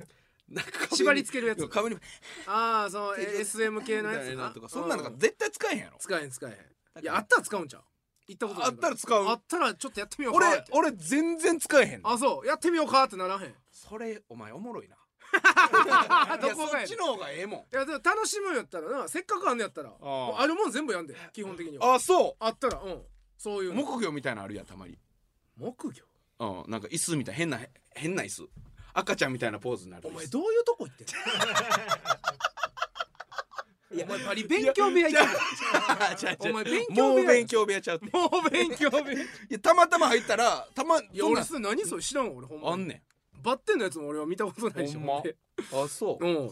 Speaker 1: なんか壁に
Speaker 2: 縛り付けるやつ
Speaker 1: 壁に
Speaker 2: ああそう
Speaker 1: 手錠
Speaker 2: SM 系のやつ
Speaker 1: みたい
Speaker 2: な
Speaker 1: なとかそんなのが
Speaker 2: う
Speaker 1: 絶対使えへんやろ
Speaker 2: 使えへん使えへんいやあ
Speaker 1: だから
Speaker 2: ったら使うんちゃう行ったことない
Speaker 1: あったら使う
Speaker 2: あったらちょっとやってみようか
Speaker 1: 俺
Speaker 2: って
Speaker 1: 俺全然使えへんの
Speaker 2: あそうやってみようかってならへんい
Speaker 1: それお前おもろいない
Speaker 2: ど
Speaker 1: や
Speaker 2: こが
Speaker 1: そ
Speaker 2: やね
Speaker 1: っ
Speaker 2: ん
Speaker 1: ちの方がええもん
Speaker 2: やでも楽しむんやったらなせっかくあんのやったらもうあるもん全部やんで基本的には
Speaker 1: あそ
Speaker 2: あったらうんそういううの
Speaker 1: 木魚みたいなのあるやんたまに
Speaker 2: 木魚
Speaker 1: うんなんか椅子みたい変なへ変な椅子赤ちゃんみたいなポーズになる
Speaker 2: お前
Speaker 1: 椅子
Speaker 2: どういうとこ行ってんのお前パリ勉強部屋行ってんの
Speaker 1: ちゃうちゃう
Speaker 2: お前勉強部屋
Speaker 1: もう勉強部屋ちゃうってい
Speaker 2: もう勉強 部屋い
Speaker 1: やたまたま入ったらたま
Speaker 2: や
Speaker 1: そん
Speaker 2: 俺
Speaker 1: なん
Speaker 2: それ何それ知らんわ俺ほんま
Speaker 1: あんね
Speaker 2: バッテンのやつも俺は見たことないし
Speaker 1: ほんま
Speaker 2: ほんで
Speaker 1: んあそう
Speaker 2: うん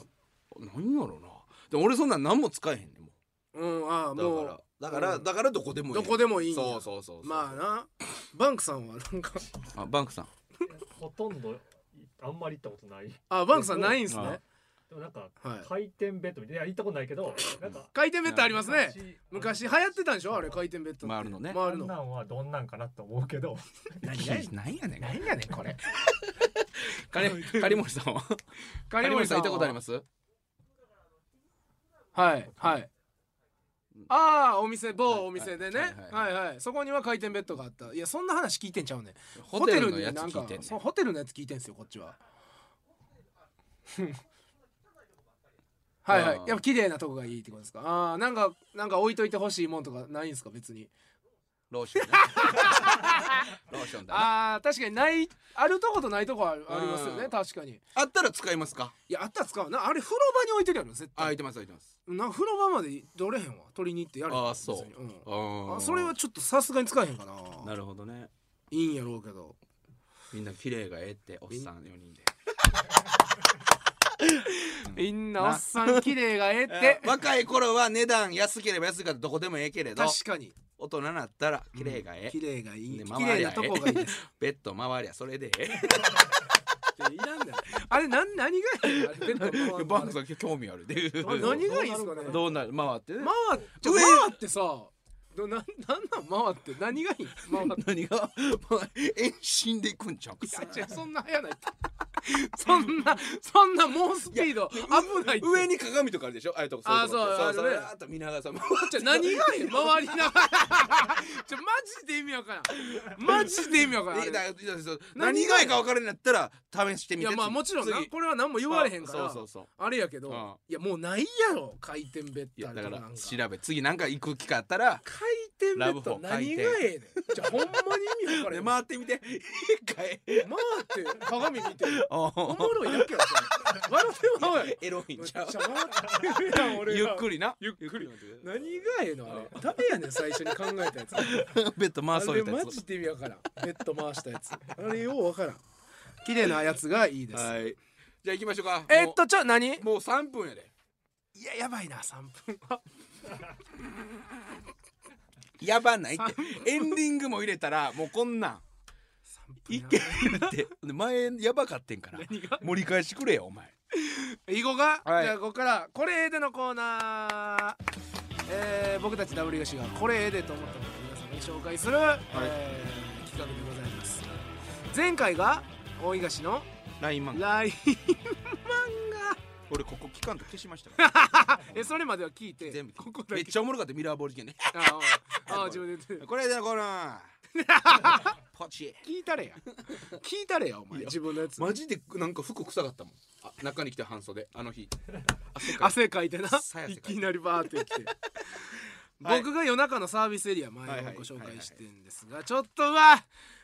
Speaker 1: 何やろなでも俺そんなん何も使えへんねんも
Speaker 2: うんああも
Speaker 1: う
Speaker 2: う
Speaker 1: だからだから
Speaker 2: うん
Speaker 1: だからどこでもいい
Speaker 2: どこでもいいんや
Speaker 1: そうそうそうそう
Speaker 2: まあなバンクさんはなんか
Speaker 1: あバンクさん
Speaker 4: ほとんどあんまり行ったことない。
Speaker 2: あバンクさんないんすね
Speaker 1: あ
Speaker 4: でもなんか
Speaker 2: はい
Speaker 4: 回転ベッドみたいないや行ったことないけどなんか
Speaker 2: 回転ベッドありますね昔
Speaker 4: 昔
Speaker 2: 流行ってたんでしょあれ回転ベッドって
Speaker 3: 回るのね
Speaker 4: あ
Speaker 2: 回る
Speaker 4: んな
Speaker 2: の
Speaker 4: んはどんなんかなと思うけど
Speaker 2: 何
Speaker 1: 何やねん
Speaker 2: 何やねんこれ
Speaker 1: 金金森さんは金森さんいたことありますす
Speaker 2: はいはいああお店某お店でね
Speaker 1: はい
Speaker 2: は
Speaker 1: はい
Speaker 2: はいそこには回転ベッドがあったいやそんな話聞いてんちゃうねん
Speaker 1: ホテルのやつ
Speaker 2: ホテルに
Speaker 1: 聞いて
Speaker 2: なん
Speaker 1: ん
Speaker 2: か
Speaker 1: ね
Speaker 2: そうホテルのやつ聞いてんすよこっちははいはい
Speaker 1: あー
Speaker 2: やっぱ綺麗なとこがいいってことですかああなんかなんか置いといてほしいもんとかないんですか別に
Speaker 1: ローショ ンねローションだな
Speaker 2: ああ確かにないあるとことないとこはあるありますよね
Speaker 1: うん
Speaker 2: 確かに
Speaker 1: あったら使いますか
Speaker 2: いやあったら使うなあれ風呂場に置いてるやろ絶
Speaker 1: あ
Speaker 2: 対
Speaker 1: 空いてます空いてます
Speaker 2: な風呂場まで取れへんわ取りに行ってやる
Speaker 1: あーそう
Speaker 2: う
Speaker 1: あ
Speaker 2: ん、あそれはちょっとさすがに使えへんかな
Speaker 1: なるほどね
Speaker 2: いいんやろうけど
Speaker 1: みんな綺麗がええっておっさん4人で
Speaker 2: みんなおっさん綺麗がええって
Speaker 1: 若い頃は値段安ければ安いからどこでもええけれど
Speaker 2: 確かに
Speaker 1: 大人になったら綺麗がええ
Speaker 2: 綺麗がいい
Speaker 1: ね
Speaker 2: 綺麗なとこがいいです
Speaker 1: ベッド回りゃそれでえ
Speaker 2: いやいらんだ よあれなん何がいいのあれベッドの
Speaker 1: えバンさん興味あるっていう
Speaker 2: あれ何がいいですかね
Speaker 1: どうなる回ってね
Speaker 2: 回って
Speaker 1: 上
Speaker 2: 回ってさどなんなんなん回って何がいい回って
Speaker 1: 何がまあ遠心でいくんちゃうか
Speaker 2: いや違うそんな早ないってそんなそんな猛スピード危ないって
Speaker 1: 上に鏡とかあるでしょああいうとこいとこって
Speaker 2: あそう
Speaker 1: そう
Speaker 2: あ
Speaker 1: そう
Speaker 2: るね
Speaker 1: あと見ながらさ回っ
Speaker 2: じゃ何がいい回りながらちょマジで意味わからんマジで意味わからんあ
Speaker 1: て
Speaker 2: れ
Speaker 1: だだだそう
Speaker 2: 何
Speaker 1: 何
Speaker 2: が
Speaker 1: がいいか分からんようになったら試して
Speaker 2: い
Speaker 1: みて
Speaker 2: やまあもちろんな
Speaker 1: 次
Speaker 2: これは何も言われへんから
Speaker 1: そうそうそう
Speaker 2: あれやけど
Speaker 1: うん
Speaker 2: いやもうないやろ回転ベッ
Speaker 1: い
Speaker 2: ド
Speaker 1: や
Speaker 2: ある
Speaker 1: だ
Speaker 2: と
Speaker 1: か
Speaker 2: かな
Speaker 1: ら
Speaker 2: んか
Speaker 1: 調べ次なんか行く機会あったら
Speaker 2: 回転ベ
Speaker 1: ラ
Speaker 2: ッ
Speaker 1: ブ
Speaker 2: ド
Speaker 1: ホ
Speaker 2: 何がええねんじゃあほんまに意味わからへん
Speaker 1: 回ってみて一回
Speaker 2: 回って鏡見て
Speaker 1: お
Speaker 2: お
Speaker 1: ー
Speaker 2: もろいだけやじゃん笑ってまうやん
Speaker 1: エロいん
Speaker 2: めっ
Speaker 1: ち
Speaker 2: ち
Speaker 1: ゃ
Speaker 2: ゃ
Speaker 1: う
Speaker 2: 回ってるやん俺
Speaker 1: ゆ
Speaker 2: ら
Speaker 1: っくりな
Speaker 2: ゆっくり何
Speaker 1: 何
Speaker 2: がええのあれ誰やねん最初に考えたやつ
Speaker 1: ベッド回
Speaker 2: あ
Speaker 1: そう
Speaker 2: れ
Speaker 1: みたいな
Speaker 2: マ
Speaker 1: やつ
Speaker 2: ジで意味わからんベッド回したやつあれようわからん綺麗なやつがいいです
Speaker 1: はいじゃあ行きましょうか
Speaker 2: えーっとちょ何い
Speaker 1: もうもう3分やで
Speaker 2: ややばいな3分は
Speaker 1: やばないってエンディングも入れたらもうこんなん
Speaker 2: 3
Speaker 1: い
Speaker 2: 分
Speaker 1: けるって前やばかってんから
Speaker 2: 何が
Speaker 1: 盛り返してくれよお前
Speaker 2: 囲碁が、
Speaker 1: はい
Speaker 2: じゃあここからこれええでのコーナー、えー、僕たち W ガシがこれええでと思ったことを皆さんに紹介する、えー企画でございます前回が大東の
Speaker 1: LINE マン
Speaker 2: ライン
Speaker 1: 俺ここ期間と消しましたから
Speaker 2: えそれまでは聞いて
Speaker 1: 全部
Speaker 2: ここだ
Speaker 1: め
Speaker 2: け
Speaker 1: っ ちゃおもろかったミラーボール事件ね
Speaker 2: ああああ自分で言ってる
Speaker 1: これでこのポチ
Speaker 2: 聞いたれや聞いたれやお前自分のやつ
Speaker 1: マジでなんか服臭かったもんあ中に来て半袖あの日汗かい
Speaker 2: 汗かいてな
Speaker 1: さや汗
Speaker 2: い
Speaker 1: かいて
Speaker 2: きなりバーってきて
Speaker 1: はい
Speaker 2: 僕が夜中のサービスエリア前
Speaker 1: はい
Speaker 2: を
Speaker 1: はい
Speaker 2: ご紹介してんですがちょっとは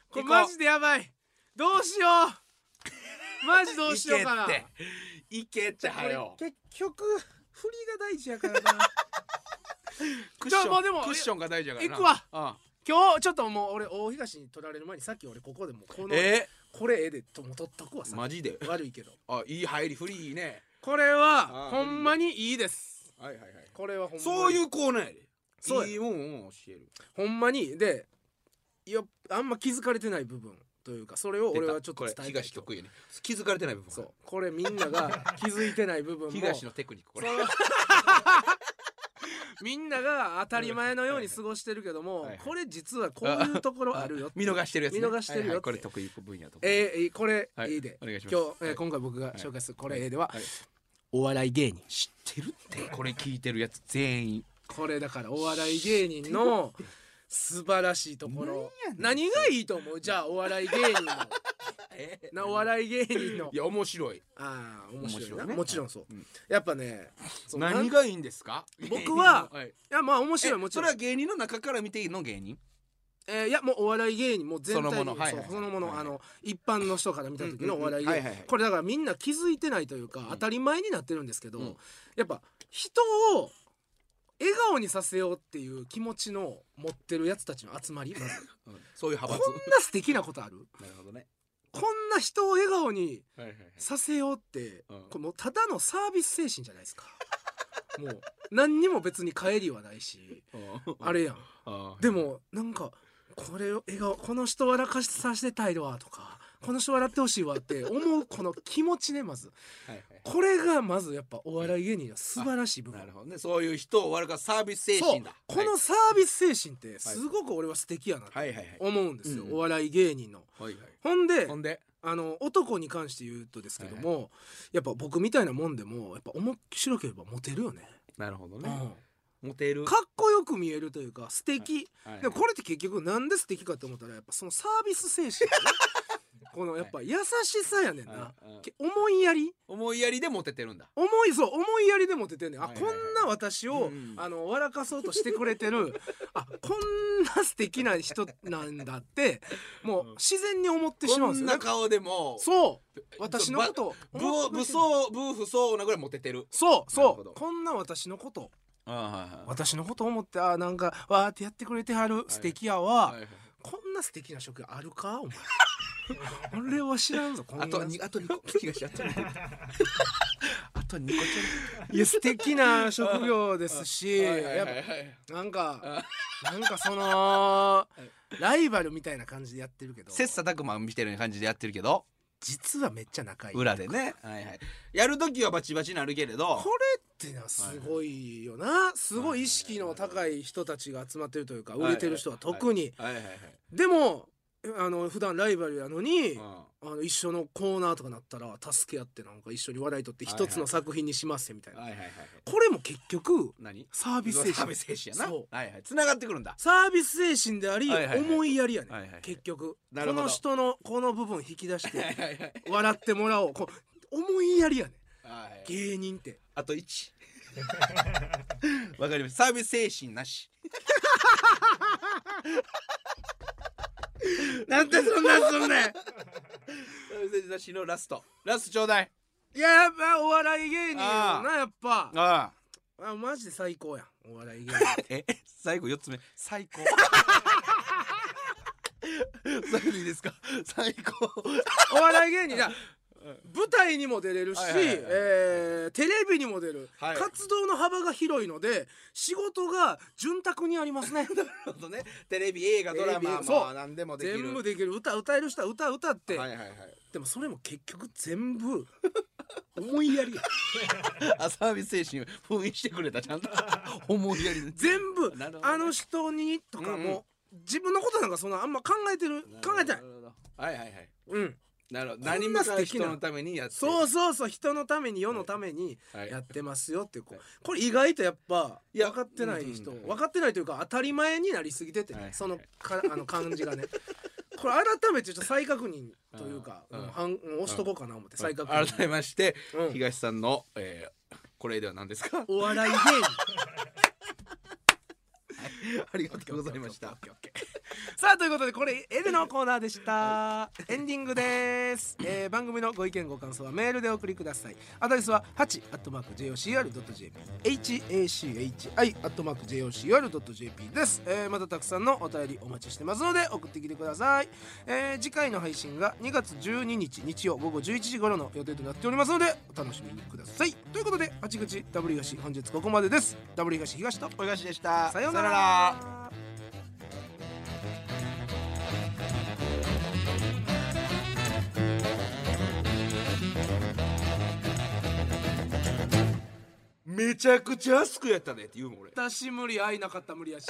Speaker 2: これ
Speaker 1: 行こう
Speaker 2: マジでやばいどうしようマジどうしようかなこ
Speaker 1: いけっては
Speaker 2: れ
Speaker 1: よ
Speaker 2: 結局振りが大事やからな
Speaker 1: ク
Speaker 2: じゃあもうでも
Speaker 1: クッションが大事やからな
Speaker 2: 行くわ
Speaker 1: あ
Speaker 2: 今日ちょっともう俺大東に取られる前にさっき俺ここでもうこ
Speaker 1: あ
Speaker 2: の
Speaker 1: え
Speaker 2: これええでとも取っとくわ
Speaker 1: ー
Speaker 2: さ
Speaker 1: マジで
Speaker 2: 悪いけど
Speaker 1: あいい入りフリーいいね
Speaker 2: これ
Speaker 1: あ
Speaker 2: は
Speaker 1: ー
Speaker 2: ほんまにいいです
Speaker 1: はいはいはい
Speaker 2: これはほんまに
Speaker 1: そういうコーナーやで
Speaker 2: そうや
Speaker 1: いいもんを教える
Speaker 2: ほんまにでよあんま気づかれてない部分というかそれを俺はちょっと
Speaker 1: こ
Speaker 2: 伝
Speaker 1: れ
Speaker 2: えたい
Speaker 1: 東局やね気づかれてない部分
Speaker 2: そうこれみんなが気づいてない部分も
Speaker 1: 東のテクニックこれ
Speaker 2: みんなが当たり前のように過ごしてるけども、
Speaker 1: はいはい
Speaker 2: これ実はこういうところあるよって
Speaker 1: 見逃してるやつね
Speaker 2: 見逃してるよ
Speaker 1: はいはい
Speaker 2: って
Speaker 1: これ得意分野とか
Speaker 2: えーえーこれ、
Speaker 1: はい
Speaker 2: い、いで
Speaker 1: お願いします
Speaker 2: 今日、えー
Speaker 1: はい
Speaker 2: 今回僕が紹介するこれ、ええでは、
Speaker 1: はい
Speaker 2: お笑い芸人
Speaker 1: 知ってるってこれ聞いてるやつ全員
Speaker 2: これだからお笑い芸人の素晴らしいところ何がいいと思うじゃあお笑い芸人 のなお笑い芸人の
Speaker 1: いや面白い
Speaker 2: ああ面白いな
Speaker 1: 面白いね
Speaker 2: もちろんそう、
Speaker 1: うん
Speaker 2: やっぱねそのなん
Speaker 1: 何
Speaker 2: い
Speaker 1: がいいんです か
Speaker 2: 僕は
Speaker 1: い
Speaker 2: やまあ面白い
Speaker 1: え
Speaker 2: もち
Speaker 1: そ
Speaker 2: ろ
Speaker 1: れは
Speaker 2: ん
Speaker 1: 芸人の中から見ていいの芸人
Speaker 2: えーいやもうお笑い芸人もう全体に
Speaker 1: そのものはいはい
Speaker 2: そうそのも
Speaker 1: は
Speaker 2: の
Speaker 1: いはい
Speaker 2: あの一般の人から見た時のお笑い
Speaker 1: うんうん
Speaker 2: 芸
Speaker 1: うんはいはいは
Speaker 2: 人
Speaker 1: い
Speaker 2: これだからみんな気づいてないというか当たり前になってるんですけど、
Speaker 1: うん
Speaker 2: やっぱ人を笑顔にさせようっていう気持ちの持ってるやつたちの集まりまず
Speaker 1: そういう
Speaker 2: こん
Speaker 1: 派閥
Speaker 2: な素敵 なことある
Speaker 1: なるほどね
Speaker 2: こんな人を笑顔に
Speaker 1: はいはいはい
Speaker 2: させようって、
Speaker 1: うん
Speaker 2: これもうただのサービス精神じゃないですかもう何にも別に帰りはな いしあれやん
Speaker 1: あー
Speaker 2: でもなんかこれを笑顔この人笑かしさせたいわとかこの人笑ってほしいわって思うこの気持ちねまず
Speaker 1: はいはい
Speaker 2: これがまずやっぱお笑い芸人の素晴らしい部分
Speaker 1: なるほどねそういう人を悪かサービス精
Speaker 2: そう
Speaker 1: 神だ
Speaker 2: このサービス精神ってすごく俺は素敵やなと
Speaker 1: はいはいはいはい
Speaker 2: 思うんですよ
Speaker 1: うん
Speaker 2: お笑い芸人の。
Speaker 1: はい
Speaker 2: ほんで
Speaker 1: ほんで
Speaker 2: あの男に関して言うとですけども、やっぱ僕みたいなもんでもやっぱ面白ければモテるよね。
Speaker 1: なるほど
Speaker 2: うん
Speaker 1: ねモテる
Speaker 2: かっこよく見えるというか素敵、
Speaker 1: はいはい
Speaker 2: でもこれって結局なんで素敵かって思ったらやっぱそのサービス精神や ねこのやっぱ優しさやねんな、
Speaker 1: うんうん
Speaker 2: け思いやり
Speaker 1: 思いやりでモテてるんだ
Speaker 2: 思いそう思いやりでも出てんねんあ、
Speaker 1: はいはいはい
Speaker 2: こんな私を、
Speaker 1: うん
Speaker 2: あの笑かそうとしてくれてる あこんな素敵な人なんだってもう自然に思ってしまうん
Speaker 1: こ
Speaker 2: です
Speaker 1: ん
Speaker 2: よね
Speaker 1: な顔でも
Speaker 2: そう私のことを
Speaker 1: ぶ
Speaker 2: 思って
Speaker 1: 不相不不相応なぐらいモテてる
Speaker 2: そう
Speaker 1: なるほ
Speaker 2: そ
Speaker 1: ど
Speaker 2: うこんな私のこと
Speaker 3: あはいは
Speaker 2: 私のこと思ってあーなんかわーってやってくれてはる素敵やわ、
Speaker 1: はいはい
Speaker 2: こんな素敵な職業ある かお前俺は知らんぞこんな
Speaker 1: あとにあと2個東あと2個 あと2個ち
Speaker 2: いや素敵な職業ですし
Speaker 1: ょいはいはい
Speaker 2: やっ
Speaker 1: はいはい
Speaker 2: ぱなんかなんかそのライバルみたいな感じでやってるけど
Speaker 1: 切磋琢磨みたいな感じでやってるけど
Speaker 2: 実はめっちゃ仲いい
Speaker 1: 裏でねはいはいやる時はバチバチなるけれど
Speaker 2: これってのはすごいよな、すごい意識の高い人たちが集まってるというか
Speaker 1: はいは
Speaker 2: 売
Speaker 1: い
Speaker 2: れてる人は特に、
Speaker 1: はいはいはい
Speaker 2: でもあの普段ライバルやのに、
Speaker 1: うん
Speaker 2: あの一緒のコーナーとかなったら助け合ってなんか一緒に笑いとって
Speaker 1: はいはい
Speaker 2: 一つの作品にしますよみたいな、
Speaker 1: はいはいはいはい
Speaker 2: これも結局
Speaker 1: 何
Speaker 2: サービス精
Speaker 1: サー
Speaker 2: 神
Speaker 1: ビス精神やな
Speaker 2: そう
Speaker 1: はいはい繋がってくるんだ
Speaker 2: サービス精神であり、
Speaker 1: はいはいはい
Speaker 2: 思いやりやねん、
Speaker 1: はいはいはい
Speaker 2: 結局
Speaker 1: な
Speaker 2: こ
Speaker 1: るほど
Speaker 2: の人のこの部分引き出し
Speaker 1: はい
Speaker 2: て
Speaker 1: はいはい
Speaker 2: 笑ってもらおうこう思いやりやねん
Speaker 1: はい
Speaker 2: 芸人って
Speaker 1: あと1わかりましたサービス精神なし
Speaker 2: なんでそんなんすんねん
Speaker 1: サービス精神なしのラストラストちょうだい
Speaker 2: いややっぱお笑い芸人やなやっぱ
Speaker 1: あ
Speaker 2: あマジで最高やんお笑い芸人
Speaker 1: あえ最後4つ目最高最後でいいですか最高
Speaker 2: お笑い芸人じゃ舞台にも出れるし、
Speaker 1: はいはいはいはい
Speaker 2: えーテレビにも出る、
Speaker 1: はい
Speaker 2: 活動の幅が広いので仕事が潤沢にあり ますね
Speaker 1: ほんとねテレビ映画ドラ
Speaker 2: テレ
Speaker 1: マ
Speaker 2: ビそう
Speaker 1: まあ何でもできる
Speaker 2: 全部できる歌歌える人は歌歌って、
Speaker 1: はいはいはい
Speaker 2: でもそれも結局 全部思いやりや
Speaker 1: あサービス精神封印してくれたち ゃんと思いやりで
Speaker 2: 全部、
Speaker 1: なるほどね
Speaker 2: あの人にとかも、
Speaker 1: うんうん
Speaker 2: 自分のことなんかそんなあんま考えてる考えてない
Speaker 1: るほどはいはいはい
Speaker 2: うん
Speaker 1: なるほど
Speaker 2: こんな
Speaker 1: 何も
Speaker 2: 素
Speaker 1: か
Speaker 2: 敵な
Speaker 1: 人のためにやって
Speaker 2: そううそうそう人のために世のために
Speaker 1: はい
Speaker 2: やってますよっていうこう
Speaker 1: は
Speaker 2: これ意外とやっぱ
Speaker 1: いや
Speaker 2: 分かってない人
Speaker 1: うんうん
Speaker 2: 分かってないというか当たり前になりすぎてて
Speaker 1: はい
Speaker 2: ね
Speaker 1: はい
Speaker 2: そのかあの感じがねこれ改めてちょっと再確認というか
Speaker 1: うん
Speaker 2: うんはんうん押しとこうかな思って再確
Speaker 1: 改め
Speaker 2: 認
Speaker 1: まして、
Speaker 2: うん
Speaker 1: 東さんの、えーこれでは何ですか
Speaker 2: お笑い芸
Speaker 1: ありがとうございました
Speaker 2: 人さあということでこれエデのコーナーでしたエンディングです、えー番組のご意見ご感想はメールでお送りくださいアドレスは 8-jocr.jp hachi-jocr.jp です、えーまたたくさんのお便りお待ちしてますので送ってきてください、えー次回の配信が2月12日日曜午後11時頃の予定となっておりますのでお楽しみにくださいということで八口 W 東本日ここまでです W 東東と
Speaker 1: 小東でした
Speaker 2: さような
Speaker 1: さよう
Speaker 2: ら
Speaker 1: めちゃくちゃアスクやったでって言うもん俺
Speaker 2: 私無理会いなかった無理やし